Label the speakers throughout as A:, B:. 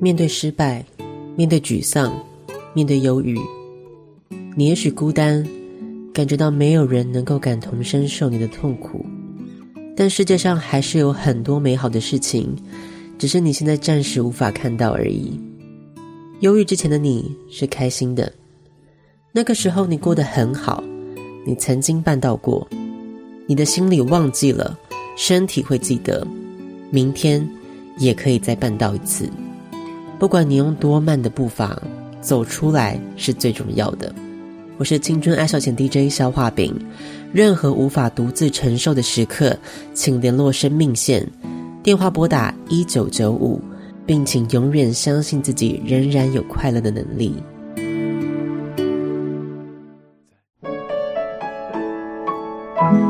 A: 面对失败，面对沮丧，面对忧郁，你也许孤单，感觉到没有人能够感同身受你的痛苦，但世界上还是有很多美好的事情，只是你现在暂时无法看到而已。忧郁之前的你是开心的，那个时候你过得很好，你曾经办到过，你的心里忘记了，身体会记得，明天也可以再办到一次。不管你用多慢的步伐走出来是最重要的。我是青春爱消遣 DJ 肖画饼，任何无法独自承受的时刻，请联络生命线，电话拨打一九九五，并请永远相信自己仍然有快乐的能力。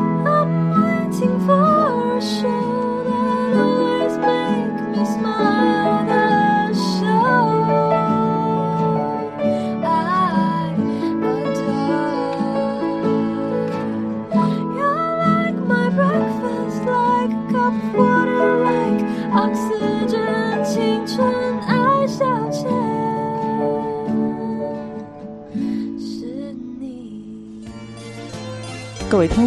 B: waiting for a show that always make me smile. That show I adore. You're like my breakfast, like a cup of water, like oxygen, 青春爱消遣，是你。
C: 各位听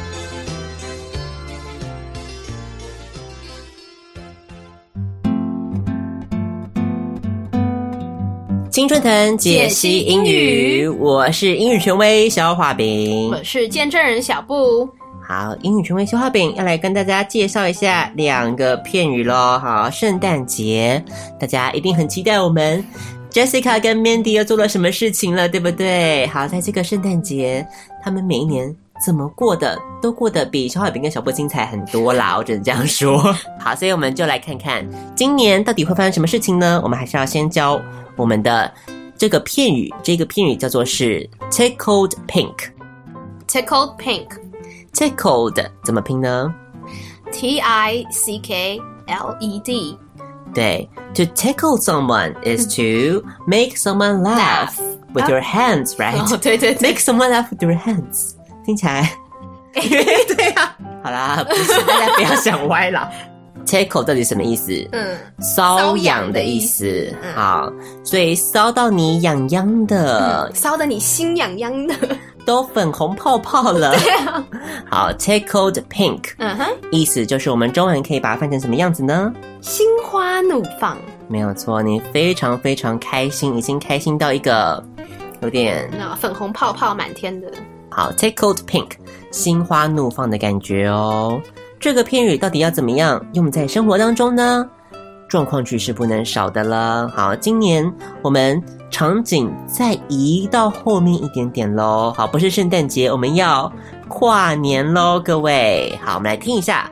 A: 青春藤解析英语，我是英语权威肖画饼。
D: 我是见证人小布。
A: 好，英语权威消化饼要来跟大家介绍一下两个片语喽。好，圣诞节大家一定很期待我们 Jessica 跟 Mandy 又做了什么事情了，对不对？好，在这个圣诞节，他们每一年。怎么过的都过得比小海饼跟小波精彩很多啦，我只能这样说。好，所以我们就来看看今年到底会发生什么事情呢？我们还是要先教我们的这个片语，这个片语叫做是 tickled pink。
D: Tickled Pink，T
A: tickled 怎么拼呢？
D: I C K L E D。
A: 对，to tickle someone is to make someone laugh with your hands,
B: 哎
D: 哦，
A: right?
D: 对对对
A: Make someone laugh with your hands，听起来，对
D: 啊
A: 呀、好啦，不是，大家不要想歪了。Tickle 到底什么意思？
D: 嗯，
A: 瘙痒的意思。
D: 嗯
A: 好，所以搔到你痒痒的，
D: 呃烧得你心痒痒的。
A: 都粉红泡泡 了。好，tickled pink，
D: 嗯哼，
A: 意思就是我们中文可以把它翻成什么样子呢？
D: 心花怒放，
A: 没有错，你非常非常开心，已经开心到一个有点
D: 那粉红泡泡满天的。
A: 好 tickled pink，心花怒放的感觉哦。这个片语到底要怎么样用在生活当中呢？状况句是不能少的了。好，今年我们场景再移到后面一点点喽。好，不是圣诞节，我们要跨年喽，各位。好，我们来听一下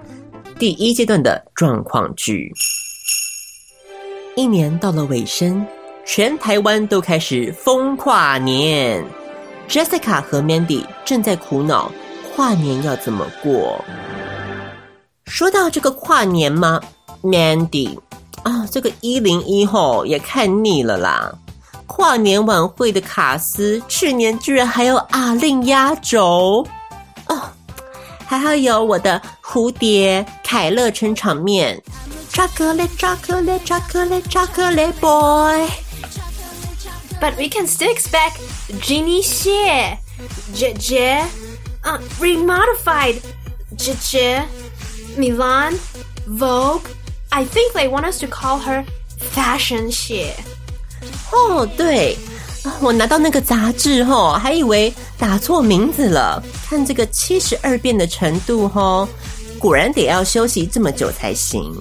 A: 第一阶段的状况句。一年到了尾声，全台湾都开始疯跨年。Jessica 和 Mandy 正在苦恼跨年要怎么过。说到这个跨年吗，Mandy 啊，这个一零一吼也看腻了啦。跨年晚会的卡司，去年居然还有阿令压轴哦，还要有我的蝴蝶凯乐撑场面，chocolate chocolate chocolate chocolate boy。
D: But we can still expect Genie Xie, J J, uh, remodified J J, Milan, Vogue. I think they want us to call her Fashion Xie.
A: 哦，对，啊我拿到那个杂志吼，还以为打错名字了。看这个七十二变的程度吼，果然得要休息这么久才行。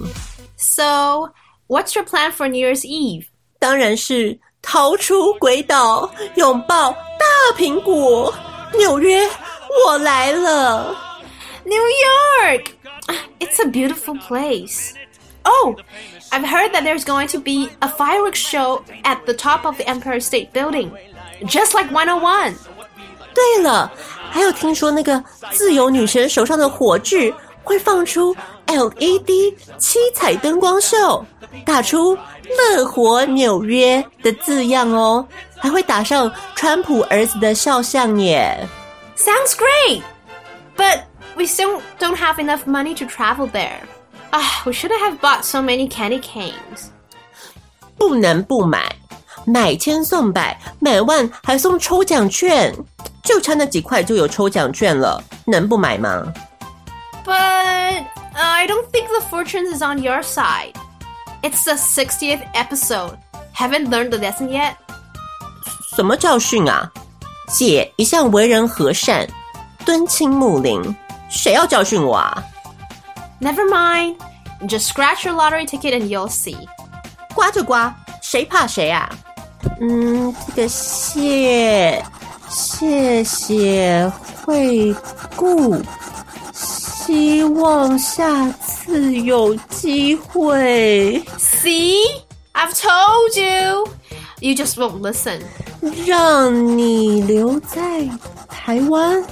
D: So, what's your plan for New Year's Eve?
A: 当然是逃出鬼岛，拥抱大苹果，纽约，我来了。
D: New York! Uh, It's a beautiful place. Oh, I've heard that there's going to be oh a fireworks show at the top of the Empire State Building, just like 101.
A: 对了，还有听说那个自由女神手上的火炬会放出 LED 七彩灯光秀，打出“乐活纽约”的字样哦，还会打上川普儿子的肖像耶。
D: Sounds great! But we still don't have enough money to travel there. Ah, we shouldn't have bought so many candy canes.
A: 不能不买，买千送百，买万还送抽奖券，就差那几块就有抽奖券了，能不买吗？
D: But I don't think the fortune is on your side. It's the 60th episode. Haven't learned the lesson yet?
A: 什么教训啊？姐一向为人和善，敦亲睦邻，谁要教训我啊？
D: Never mind. Just scratch your lottery ticket and you'll see.
A: 刮就刮，谁怕谁啊？嗯，这个谢谢谢惠顾，希望下次有机会
D: See? I've told you. You just won't listen.
A: 让你留在台湾，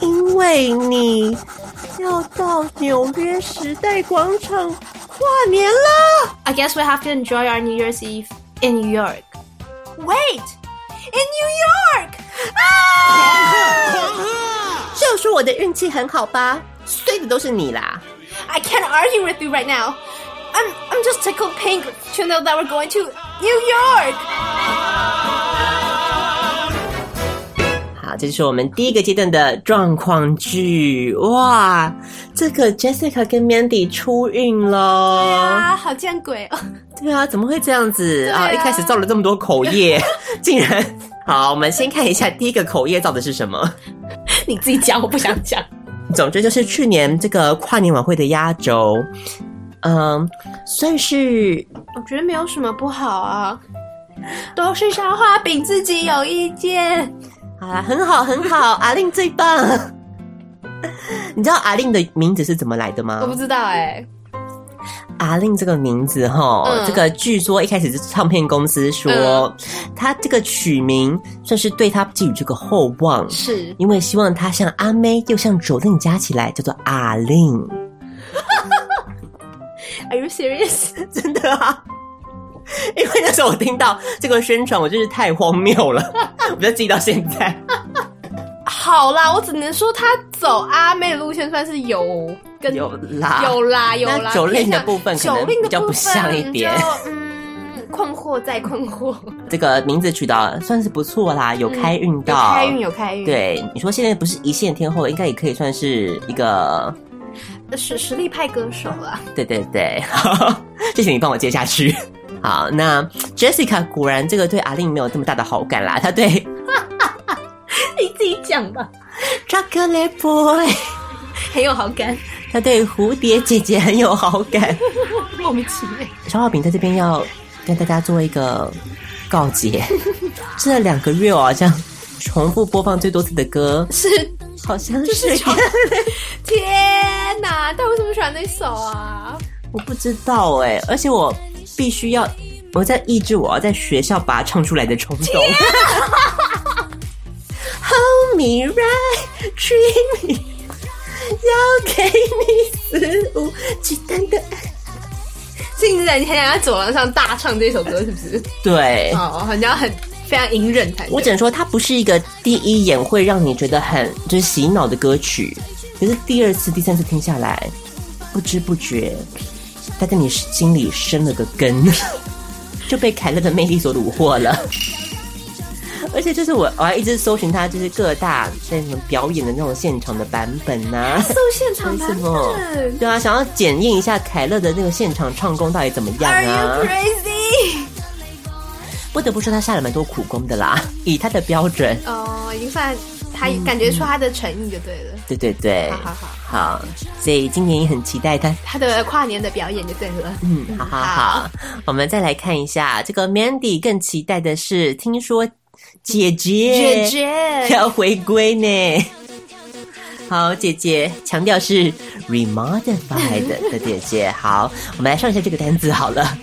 A: 因为你要到纽约时代广场跨年啦！
D: I guess we have to enjoy our New Year's Eve in New York. Wait! In New York!
A: 就说我的运气很好吧，衰的都是你啦。
D: I can't argue with you right now. I'm, I'm just tickled pink to know that we're going to New York!
A: 好，这就是我们第一个阶段的状况剧。哇，这个 Jessica 跟 Mandy 出运喽！
D: Ah, 啊，好见鬼哦！
A: 对啊，怎么会这样子啊
D: 啊
A: 一开始造了这么多口 业，竟然好，我们先看一下第一个口业造的是什 么。
D: 你自己讲，我不想讲。
A: 总之就是去年这个跨年晚会的压轴，嗯，算是
D: 我觉得没有什么不好啊，都是烧画饼自己有意见。
A: 好啦，很好很好，阿令最棒。 你知道阿令的名字是怎么来的吗？
D: 我不知道哎、
A: 阿令这个名字哈，
D: 嗯
A: 这个据说一开始是唱片公司说、
D: 嗯
A: 他这个取名算是对他寄予这个厚望，
D: 是
A: 因为希望他像阿妹又像卓令加起来叫做阿令，
D: Are you serious？
A: 真的啊。因为那时候我听到这个宣传，我就是太荒谬了， 我就记到现在。
D: 好啦，我只能说他走阿妹路线算是 有跟
A: 有啦，
D: 有啦有啦。
A: 那九令的
D: 偏向
A: 部分可能
D: 九令
A: 比
D: 的
A: 较不
D: 部分
A: 像一点
D: 就嗯，困惑再困惑，
A: 这个名字取得算是不错啦，有开运
D: 嗯有
A: 到，
D: 开运有开运，，
A: 啊对，你说现在不是一线天后，应该也可以算是一个，
D: 实实力派歌手啊啦。
A: 对对对， 谢谢你帮我接下去。 好，那 Jessica 果然这个对阿令没有这么大的好感啦，她对
D: 你自己讲吧，
A: Chocolate Boy，
D: 很有好感，
A: 她对蝴蝶姐姐很有好感。
D: 莫名其妙。
A: 小小饼在这边要跟大家做一个告诫，这两个月我哦好像重复播放最多次的歌，
D: 是
A: 好像是
D: 天哪，他为什么喜欢那首啊？
A: 我不知道哎、而且我必须要，我在抑制我要在学校把它唱出来的冲动。Hold me right, treat me，要给你肆无忌惮的爱。
D: 所以你在你很想在走廊上大唱这首歌，是不是？
A: 对，
D: 哦，你要很非常隐忍才对。
A: 我只能说它不是一个第一眼会让你觉得很就是洗脑的歌曲，可是第二次、第三次听下来，不知不觉，它在你心里生了个根， 就被凯乐的魅力所虏获了。而且就是我，我还一直搜寻它，就是各大在什么表演的那种现场的版本呐、啊，
D: 搜现场版
A: 什么
D: 本。
A: 对啊，想要检验一下凯乐的那个现场唱功到底怎么样
D: Are you
A: 啊？
D: crazy？
A: 不得不说，他下了蛮多苦功的啦，以他的标准。
D: 哦，已经算他感觉出他的诚意就对了，
A: 对对对，
D: 好好好
A: 所以今年也很期待他。
D: 他的跨年的表演就对了。
A: 嗯，好好好，我们再来看一下这个 Mandy 更期待的是，听说姐姐
D: 姐姐，
A: 要回归呢。好，姐姐强调是 remodified 的姐姐。好，我们来上一下这个单词好了。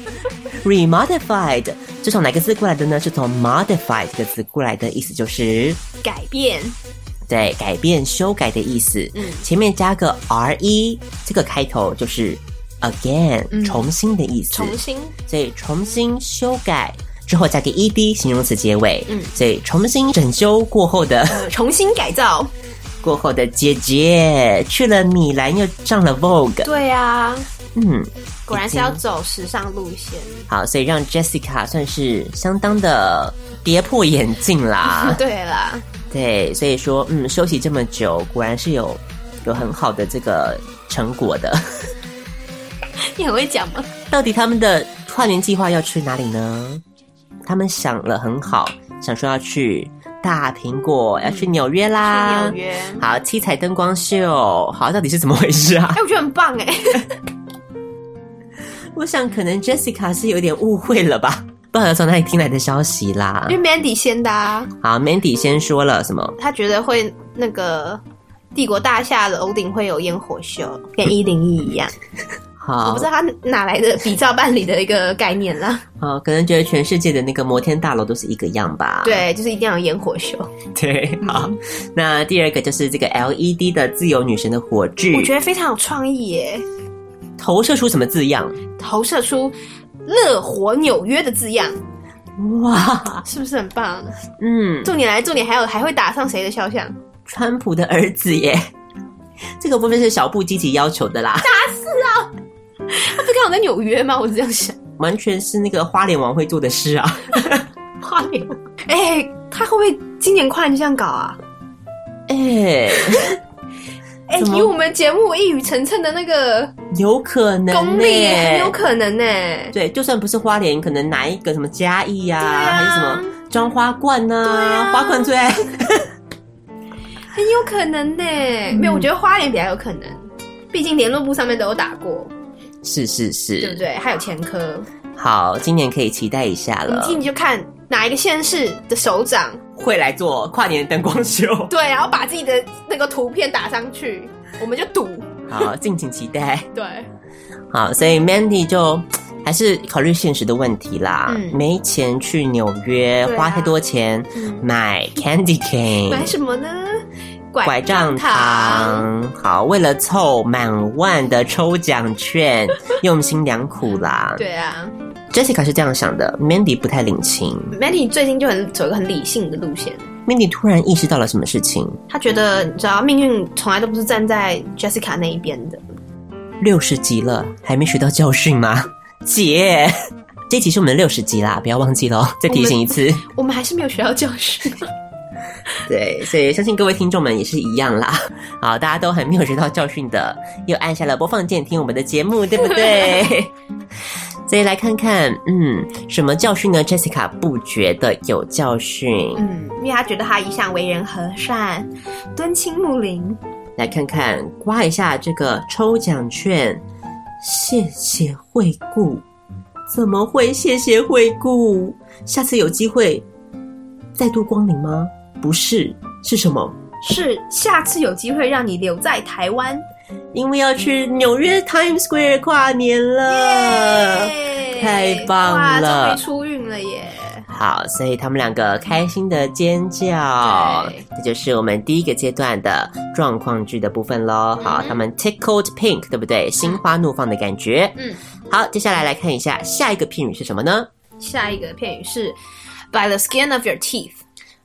A: remodified 是从哪个字过来的呢？是从 modify 这个字过来的，意思就是
D: 改变。嗯
A: 对改变、修改的意思。前面加个 r e，这个开头就是 again、重新的意思。
D: 嗯重新
A: 所以重新修改之后加个 e d 形容词结尾，嗯，所以重新整修过后的
D: 呃重新改造，
A: 过后的姐姐去了米兰又上了 Vogue，
D: 对啊，
A: 嗯，
D: 果然是要走时尚路线。，
A: 好，所以让 Jessica 算是相当的跌破眼镜啦
D: 对啦，
A: 对，所以说嗯，休息这么久，果然是有有很好的这个成果的。
D: 你很会讲吗？
A: 到底他们的跨年计划要去哪里呢？他们想了很好，想说要去大苹果，要去纽约啦。
D: 去纽约
A: 好，七彩灯光秀，好，到底是怎么回事啊
D: 哎、？我觉得很棒哎、
A: 我
D: 嗯
A: 想可能 Jessica 是有点误会了吧，不知道从哪里听来的消息啦。
D: 因为 Mandy 先的、啊，
A: 好，Mandy 先说了什么？
D: 他觉得会那个帝国大厦楼顶会有烟火秀，跟一零一一样。我
A: 好
D: 不知，道他哪来的比照办理的一个概念啦。
A: 好，可能觉得全世界的那个摩天大楼都是一个样吧。
D: 对，嗯就是一定要有烟火秀。
A: 对，好。那第二个就是这个 LED 的自由女神的火炬，
D: 我觉得非常有创意耶，
A: 投射出什么字样？
D: 投射出“热火纽约”的字样，
A: 哇，
D: 是不是很棒？
A: 嗯，
D: 重点来，重点还有还会打上谁的肖像？
A: 川普的儿子耶。 这个部分是小布积极要求的 啦，
D: 他不是刚好在纽约吗？我是这样想。
A: 完全是那个花脸王会做的事 啊。
D: 花莲，哎、他会不会今年跨年就这样搞啊？
A: 哎、
D: 哎、
A: 怎么
D: 以我们节目一语成谶的那个
A: 有可能
D: 功
A: 呢
D: 力，很有可能呢、
A: 对，就算不是花莲，可能拿一个什么嘉义呀、
D: 对啊
A: 还是什么装花冠呐、
D: 对啊
A: 花冠最爱。
D: 很有可能呢、没有，我觉得花莲比较有可能，毕竟联络部上面都有打过，
A: 是是是，
D: 对不对？还有前科，
A: 好，今年可以期待一下
D: 你
A: 了，
D: 进去就看哪一个县市的首长，
A: 会来做跨年灯光 秀。
D: 对，然后把自己的那个图片打上去，我们就赌。
A: 好，敬请期待。
D: 对，
A: 好，所以 Mandy 就还是考虑现实的问题啦，
D: 嗯
A: 没钱去纽约，
D: 对啊嗯
A: 花太多钱、买 Candy
D: 买
A: Cane。
D: 什么呢？拐
A: 拐杖糖，好，为了凑满万的抽奖 券，用心良苦啦。
D: 对啊
A: ，Jessica 是这样想的，Mandy 不太领情。
D: ，Mandy 最近就很走一个很理性的路线，
A: Mandy 突然意识到了什么事情，
D: 他觉得你知道，命运从来都不是站在 Jessica 那一边的。
A: 六十集了，还没学到教训吗？姐，这集是我们的六十集啦，不要忘记喽，再提醒一次。
D: 我们还是没有学到教训，
A: 对，所以相信各位听众们也是一样啦。好，大家都很没有学到教训的，又按下了播放键听我们的节目，对不对？ 所以来看看，嗯，什么教训呢？Jessica 不觉得有教训，
D: 嗯，因为他觉得他一向为人和善，敦亲睦邻，
A: 来看看，刮一下这个抽奖券，谢谢惠顾，怎么会谢谢惠顾？下次有机会再度光临吗？不是，是什么？
D: 是下次有机会让你留在台湾。
A: 因为要去纽约 Times Square 跨年
D: 呃
A: 了。
D: 耶
A: 太棒
D: 哇
A: 了
D: 终于出运了耶！
A: 好，所以他们两个开心的尖叫
D: 对，
A: 这就是我们第一个阶段的状况剧的部分喽。
D: 嗯
A: 好，他们 tickled pink，对不对？心花怒放的感觉。
D: 嗯，
A: 好，接下来来看一下下一个片语是什么呢？
D: 下一个片语是 by the skin of your teeth，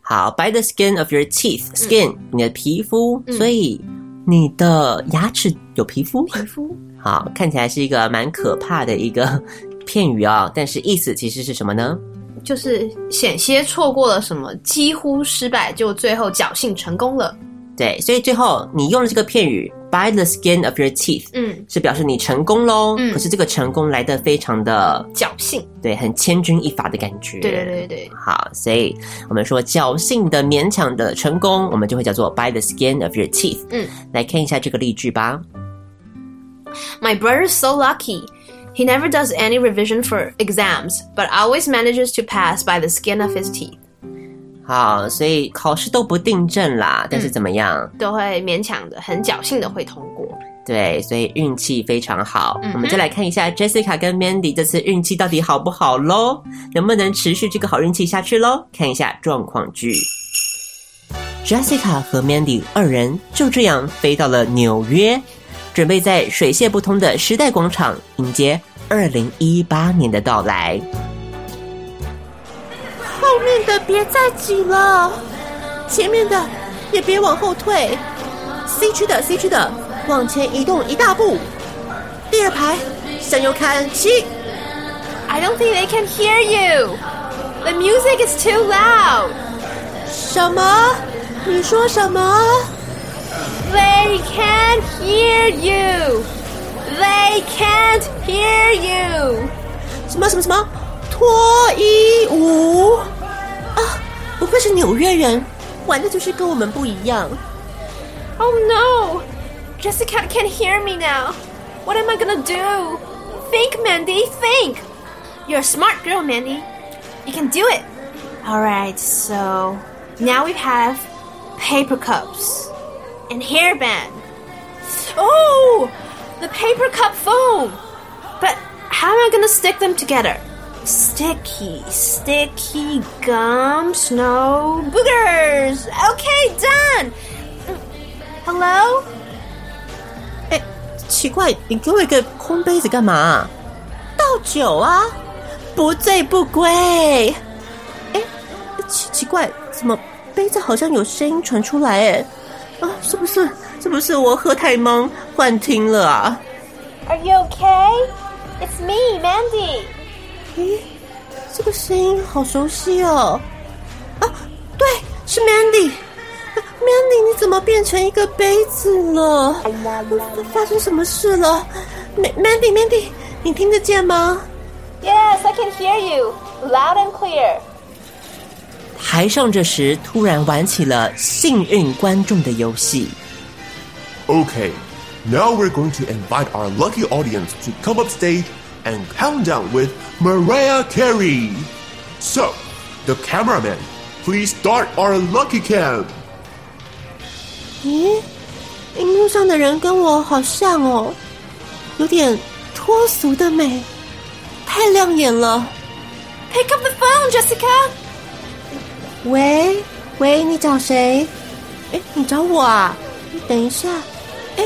A: 好，by the skin of your
D: 嗯
A: teeth，skin、你的皮肤，所以你的牙齿有皮肤。
D: 皮肤
A: 好，看起来是一个蛮可怕的一个片语啊、但是意思其实是什么呢？
D: 就是险些错过了什么，几乎失败，就最后侥幸成功了。
A: 对，所以最后你用了这个片语 “by the skin of your teeth”，
D: 嗯，
A: 是表示你成功喽。
D: 嗯
A: 可是这个成功来的非常的
D: 侥幸，
A: 对，很千钧一发的感觉。
D: 对对对对
A: 好，所以我们说侥幸的、勉强的成功，我们就会叫做 “by the skin of your teeth”。
D: 嗯，
A: 来看一下这个例句吧。
D: My brother is so lucky. He never does any revision for exams, but always manages to pass by the skin of his teeth.
A: 好，所以
D: 嗯
A: 考试都不定正啦，但是怎么样？
D: 都会勉强的、很侥幸的会通过。
A: 对，所以运气非常好。我们就来看一下 Jessica 跟 Mandy 这次运气到底好不好喽，能不能持续这个好运气下去喽？看一下状况剧。Jessica 和 Mandy 二人就这样飞到了纽约，准备在水泄不通的时代广场迎接2018年的到来。
E: 后面的别再挤了，前面的也别往后退。C 区的 C 区的，往前移动一大步。第二排向右看齐。
D: I don't think they can hear you. The music is too loud.
E: 什么？你说什么？
D: They can't hear you. They can't hear you.
E: 什么什么什么？脱衣舞啊！不愧是纽约人，玩的就是跟我们不一样。
D: Oh no! Jessica can't hear me now. What am I gonna do? Think, Mandy, think! You're a smart girl, Mandy. You can do it. Alright, so now we have paper cups and hairband. Oh! The paper cup foam! But how am I gonna stick them together? Sticky, sticky gum, snow, boogers! Okay, done! Hello?
A: 哎，奇怪，你给我一个空杯子干嘛？
E: 倒酒啊，不醉不归。哎，奇奇怪，怎么杯子好像有声音传出来？哎，啊，是不是是不是我喝太懵幻听了啊？
D: Are you okay? It's me, Mandy.
E: 咦，哎这个声音好熟悉哦！啊，对，是 Mandy。啊 Mandy，你怎么变成一个杯子了？发发生什么事了？Ma-？Mandy，Mandy，你听得见吗？
D: Yes, I can hear you. Loud and clear.
A: 台上这时突然玩起了幸运观众的游戏。
F: Okay, now we're going to invite our lucky audience to come up stage and count down with Mariah Carey. So, the cameraman, please start our lucky count.
E: 咦，荧幕上的人跟我好像哦，有点脱俗的美，太亮眼了。
D: Pick up the phone, Jessica.
E: 喂，喂，你找谁？哎，你找我啊？你等一下，哎，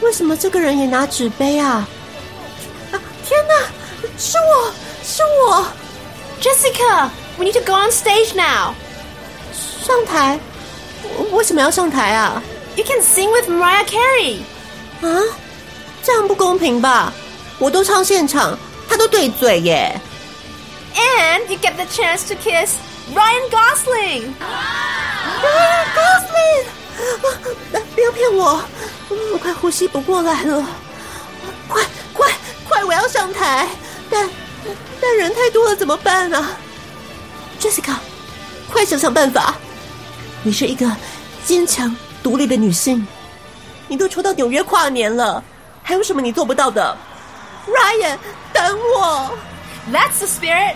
E: 为什么这个人也拿纸杯啊？啊，天哪，是我，是我，
D: Jessica, we need to go on stage now.
E: 上台，我为什么要上台啊？
D: You can sing with Mariah Carey.
E: 啊，这样不公平吧？我都唱现场，啊他都对嘴耶。
D: And you get the chance to kiss Ryan Gosling.
E: 告诉你，啊，不要骗我，我快呼吸不过来了，快快快，我要上台，但但人太多了怎么办啊？Jessica，快想想办法，你是一个坚强独立的女性，你都筹到纽约跨年了，还有什么你做不到的？Ryan，等我。
D: That's the spirit.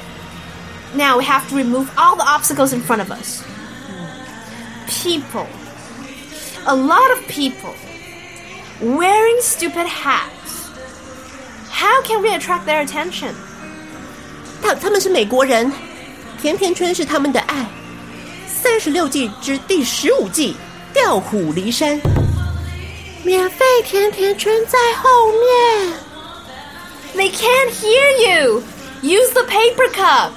D: Now we have to remove all the obstacles in front of us. People. A lot of people. Wearing stupid hats. How can we attract their attention?
E: 他他们是美国人，甜甜圈是他们的爱。三十六计之第十五计，调虎离山。免费甜甜圈在后面。
D: They can't hear you! Use the paper cup!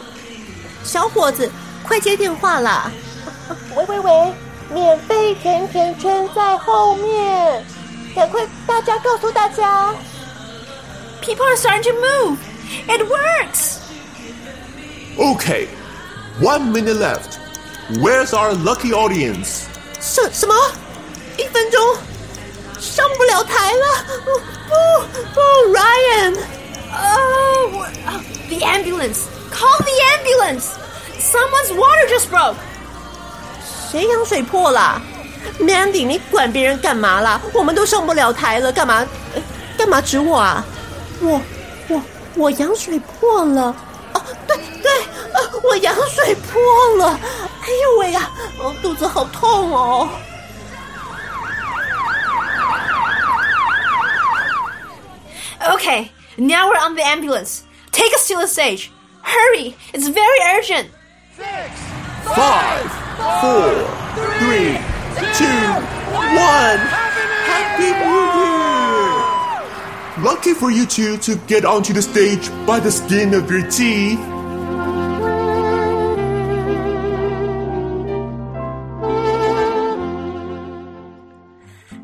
E: 小伙子，快接电话啦！
G: 喂喂喂，免费甜甜圈在后面，赶快大家告诉大家。
D: People are starting to move! It works!
F: Okay, one minute left. Where's our lucky audience?
E: 什什么？一分钟，上不了台了！不不不，Ryan，
D: Oh, what- oh, the ambulance! Call the ambulance! Someone's water just broke!
E: 谁羊水破啦？Mandy，你管别人干嘛啦？我们都上不了台了，干嘛？呃干嘛指我啊？我我我羊水破了！哦，对对，呃我羊水破了！哎呦喂呀，我肚子好痛哦！
D: Okay, now we're on the ambulance. Take us to the stage. Hurry, it's very urgent.
F: Five, four, three, two, one. Happy New Year! Lucky for you two to get onto the stage by the skin of your teeth.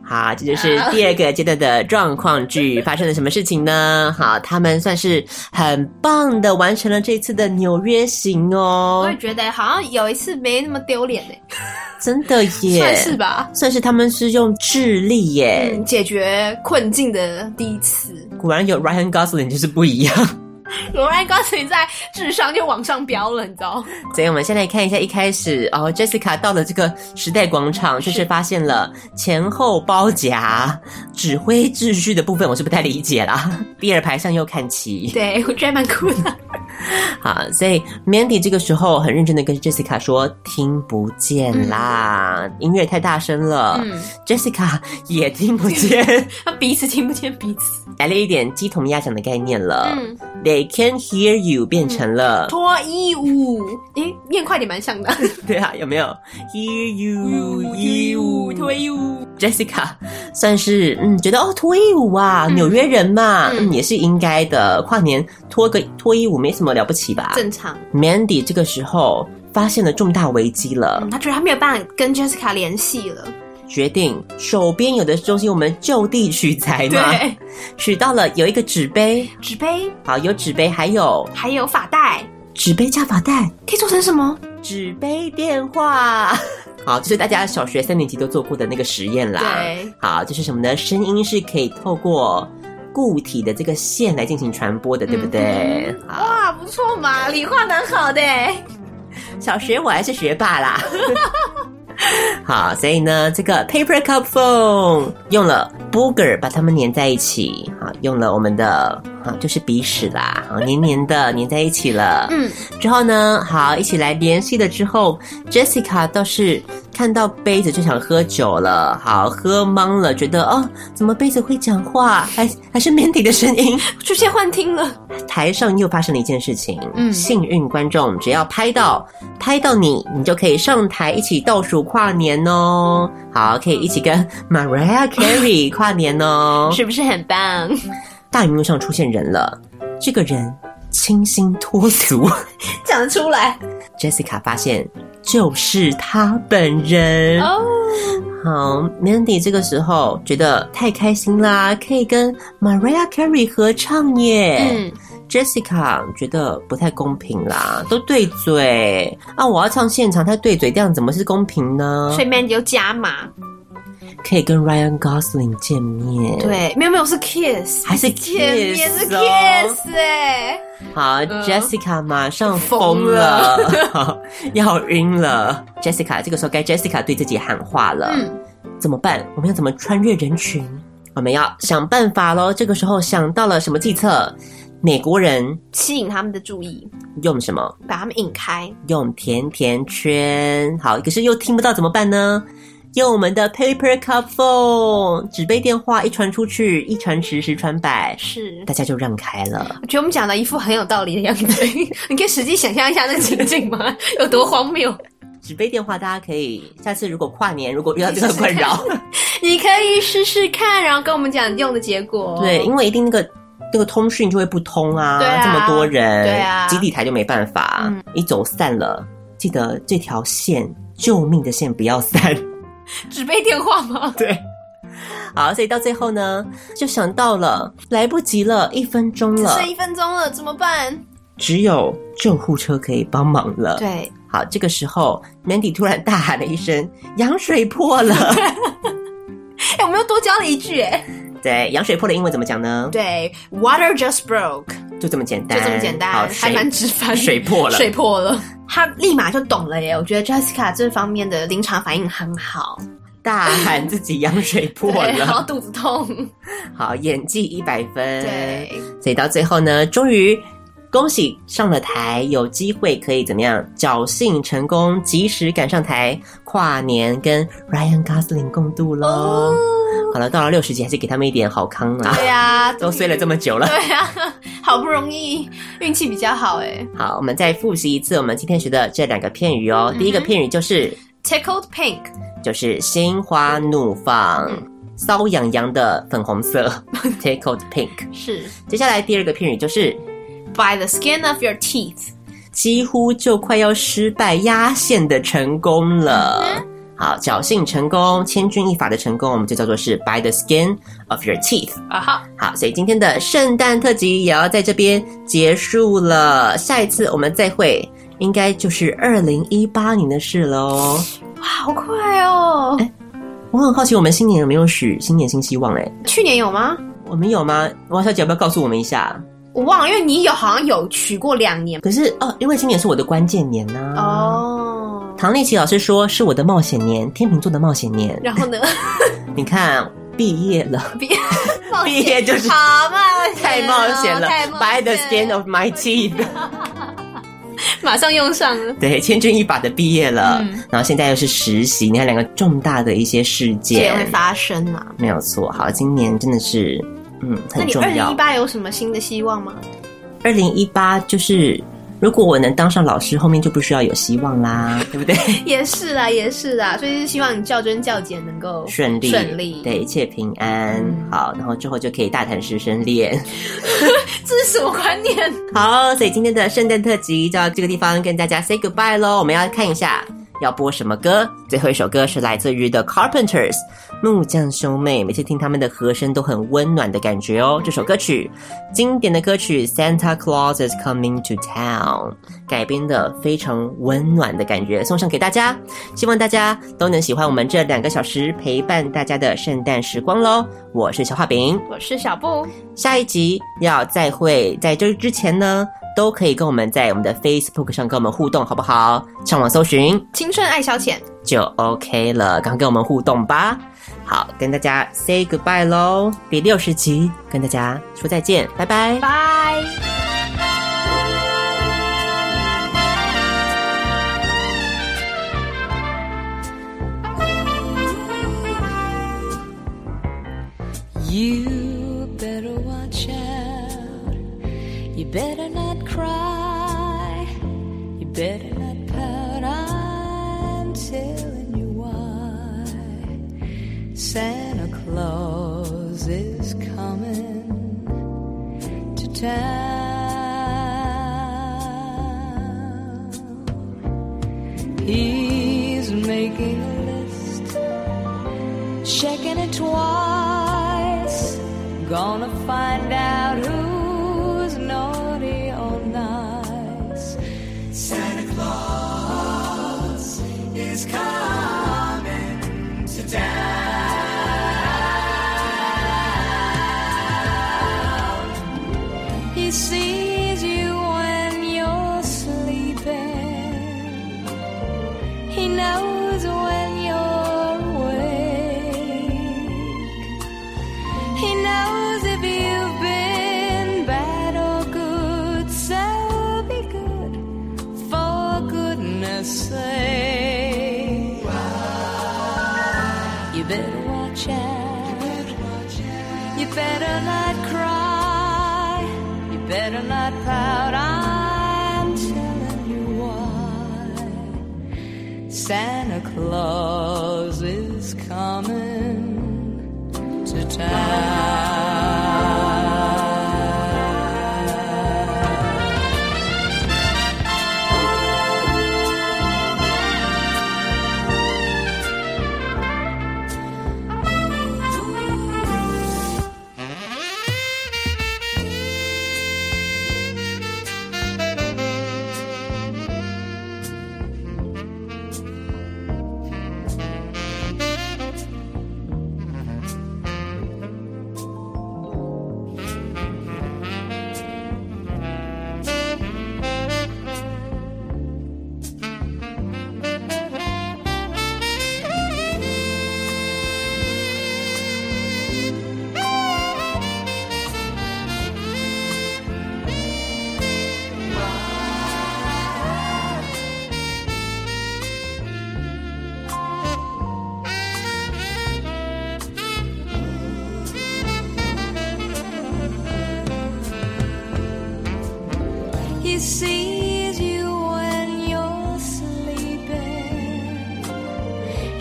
A: 好，这就是第二个阶段的状况剧发生了什么事情呢？好，他们算是很棒的完成了这次的纽约行哦
D: 我，也觉得好像有一次没那么丢脸呢、
A: 真的耶，
D: 算是吧。
A: 算是他们是用智力耶，
D: 嗯，解决困境的第一次。
A: 果然有 Ryan Gosling 就是不一样。
D: 罗兰刚才在智商就往上飙了，你知道？
A: 所以我们先来看一下，一开始哦，Jessica 到了这个时代广场，就是发现了前后包夹、指挥秩序的部分，我是不太理解啦。第二排向右看齐，
D: 对，我觉得蛮酷的。
A: 好，所以 Mandy 这个时候很认真的跟 Jessica 说听不见啦，音乐太大声了、j e s s i c a 也听不见，
D: 他彼此听不见彼此，
A: 来了一点鸡同鸭讲的概念了、t h e y can hear you 变成了。
D: 脱衣舞，诶，念快点蛮像的。
A: 对啊，有没有 hear you
D: 衣
A: 衣
D: 舞，
A: 舞
D: 脱衣舞，
A: Jessica 算是嗯觉得哦脱衣舞啊，纽约人嘛，嗯也是应该的。跨年脱个脱衣舞没什么了不起吧
D: 正常。
A: ？Mandy 这个时候发现了重大危机了
D: 嗯，他觉得他没有办法跟 Jessica 联系了。
A: 决定手边有的东西我们就地取材嘛，
D: 对，
A: 取到了有一个纸杯，
D: 纸杯
A: 好有纸杯，还有
D: 还有发带
A: 纸杯加发带，
D: 可以做成什么？
A: 纸杯电话。 好，就是大家小学三年级都做过的那个实验啦。
D: 对，
A: 好，就是什么呢？声音是可以透过固体的这个线来进行传播的，对不
D: 嗯
A: 对？好，
D: 哇，啊不错嘛，理化蛮好的。
A: 小学我还是学霸啦。 好，所以呢，这个 paper cup phone 用了 booger 把它们粘在一起，好，用了我们的好就是鼻屎啦，好黏黏的粘在一起了。
D: 嗯，
A: 之后呢，好一起来联系了之后，Jessica 倒是看到杯子就想喝酒了，好喝懵了，觉得哦，怎么杯子会讲话，还还是 Mandy 的声音。
D: 出现幻听了，
A: 台上又发生了一件事情，
D: 嗯
A: 幸运观众只要拍到拍到你，你就可以上台一起倒数跨年哦。好，可以一起跟 Mariah Carey 跨年哦。
D: 是不是很棒？
A: 大荧幕上出现人了，这个人清新脱俗
D: 讲得出来
A: ，Jessica 发现就是他本人。
D: 哦。
A: 好，Mandy 这个时候觉得太开心啦，可以跟 Mariah Carey 合唱耶。
D: 嗯，
A: Jessica 觉得不太公平啦，都对嘴啊！我要唱现场，他对嘴，这样怎么是公平呢
D: 所？以 Mandy 就加码，
A: 可以跟 Ryan Gosling 见面，，
D: 对，没有没有是 kiss，
A: 还是
D: 见面是
A: kiss 哦
D: kiss 哎、
A: 好、
D: 嗯
A: j e s s i c a 马上
D: 疯
A: 疯了， 要晕了。Jessica 这个时候该 Jessica 对自己喊话了，
D: 嗯
A: 怎么办？我们要怎么穿越人群？我们要想办法喽。这个时候想到了什么计策？美国人
D: 吸引他们的注意，
A: 用什么？
D: 把他们引开。
A: 用甜甜圈。好，可是又听不到怎么办呢？用我们的 paper cup phone 纸杯电话一传出去，一传十，十传百，
D: 是，
A: 大家就让开了。
D: 我觉得我们讲的一副很有道理的样子。 你可以实际想象一下那个情景吗？ 有多荒谬？
A: 纸杯电话大家可以下次如果跨年如果遇到这个困 扰，
D: 你可以试试看，然后跟我们讲用的结果。
A: 对，因为一定那个。那个通讯就会不通啊，
D: 哦对啊
A: 这么多人，
D: 对啊
A: 基地台就没办法，
D: 嗯
A: 一走散了，记得这条线，救命的线不要散。
D: 纸杯电话 吗？
A: 对。好，所以到最后呢，就想到了，来不及了，一分钟
D: 只
A: 了，
D: 剩一分钟了，怎么办？
A: 只有救护车可以帮忙了。，
D: 对，
A: 好，这个时候 Mandy 突然大喊了一声：“羊水破了！”
D: 哎、我们又多教了一句、哎，
A: 对，羊水破的英文怎么讲呢？
D: 对，water just broke，
A: 就这么简单，
D: 就这么简
A: 好，
D: 单，还
A: 水
D: 蛮直翻。
A: 水破了，
D: 水破了，他立马就懂了耶！我觉得 Jessica 这方面的临场反应很好，
A: 大喊自己羊水破
D: 对然后
A: 了，
D: 肚子痛，
A: 好，演技一百分。
D: 对，，
A: 所以到最后呢，终于恭喜上了台，有机会可以怎么样？侥幸成功，及时赶上台，跨年跟 Ryan Gosling 共度喽。好了，到了六十集还是给他们一点好康啦。
D: 哦对呀，
A: 都睡了这么久了。
D: 对呀，好不容易运气比较好哎。
A: 好，我们再复习一次我们今天学的这两个片语
D: 嗯
A: 哦。第一个片语就是
D: Tickled pink，
A: 就是心花怒放、瘙痒痒的粉红 色 （tickled pink）。
D: 是
A: 接下来第二个片语就是
D: by the skin of your teeth，
A: 几乎就快要失败压线的成功了。好，侥幸成功、千钧一发的成功，我们就叫做是 by the skin of your teeth。
D: 啊哈，
A: 好，所以今天的圣诞特辑也要在这边结束了。下一次我们再会，应该就是二零一八年的事了哦。
D: 哇，好快哦！
A: 我很好奇，我们新年有没有许新年新希望、欸？
D: 去年有吗？
A: 我们有吗？王小姐要不要告诉我们一下？
D: 我忘了，因为你有好像有取过两年
A: 可是哦，因为今年是我的关键年呐、
D: 哦。
A: 唐立奇老师说是我的冒险年，天秤座的冒险年。
D: 然后呢？
A: 你看，毕业了。
D: 毕 冒
A: 毕业
D: 险
A: 就是
D: 好冒险哦，
A: 太冒险了
D: 太冒
A: ，By
D: 险
A: the skin of my teeth，
D: 马上用上了。
A: 对，千钧一发的毕业了，
D: 嗯
A: 然后现在又是实习，你看两个重大的一些事
D: 也
A: 件
D: 会，发生嘛？
A: 没有错。好，今年真的是，嗯，
D: 那
A: 很
D: 你
A: 啊重
D: 二零
A: 要
D: 一。八有什么新的希望吗？
A: 二零一八就是，如果我能当上老师，后面就不需要有希望啦， 对不对？
D: 也是啦，也是啦，所以是希望你较真较简能够
A: 顺利，
D: 顺利。嗯
A: 对，，一切平安。好，然后之后就可以大谈师生恋。
D: 这是什么观念？
A: 好，所以今天的圣诞特辑就到这个地方跟大家 say goodbye 喽。我们要看一下要播什么歌，最后一首歌是来自于 The Carpenters 木匠兄妹，每次听他们的和声都很温暖的感觉哦。这首歌曲经典的歌曲 Santa Claus is Coming to Town 改编的非常温暖的感觉，送上给大家。希望大家都能喜欢我们这两个小时陪伴大家的圣诞时光喽。我是小画饼，
D: 我是小布，
A: 下一集要再会，在这之前呢，都可以跟我们在我们的 Facebook 上跟我们互动，好不好？上网搜寻
D: 青春爱消遣，
A: 就 OK 了，赶快跟我们互动吧。好，跟大家 say goodbye 喽，第六十集跟大家说再见，拜拜。
D: 拜。
B: You better watch out. You better not cry. You better not pout. I'm telling you why. Santa Claus is coming to town. He's making a list checking it twice. Gonna find out who's naughty or nice. Santa Claus is coming to town. He sees you when you're sleeping. He knows when you're awake. He knows if you've been bad or good. So be good for goodness sake. You better watch out. You better not cry. You better not pout. I'm telling you why. Santa Claus is coming to town.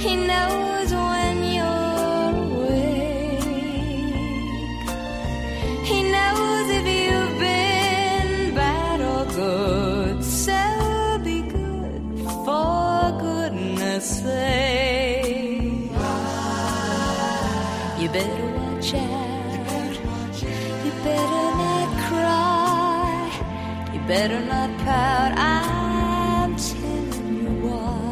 B: He knows when you're awake. He knows if you've been bad or good. So be good for goodness sake. You better watch out. You better not cry. You better not pout. I'm telling you why.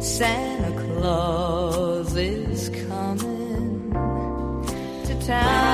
B: Santa Claus is coming to town.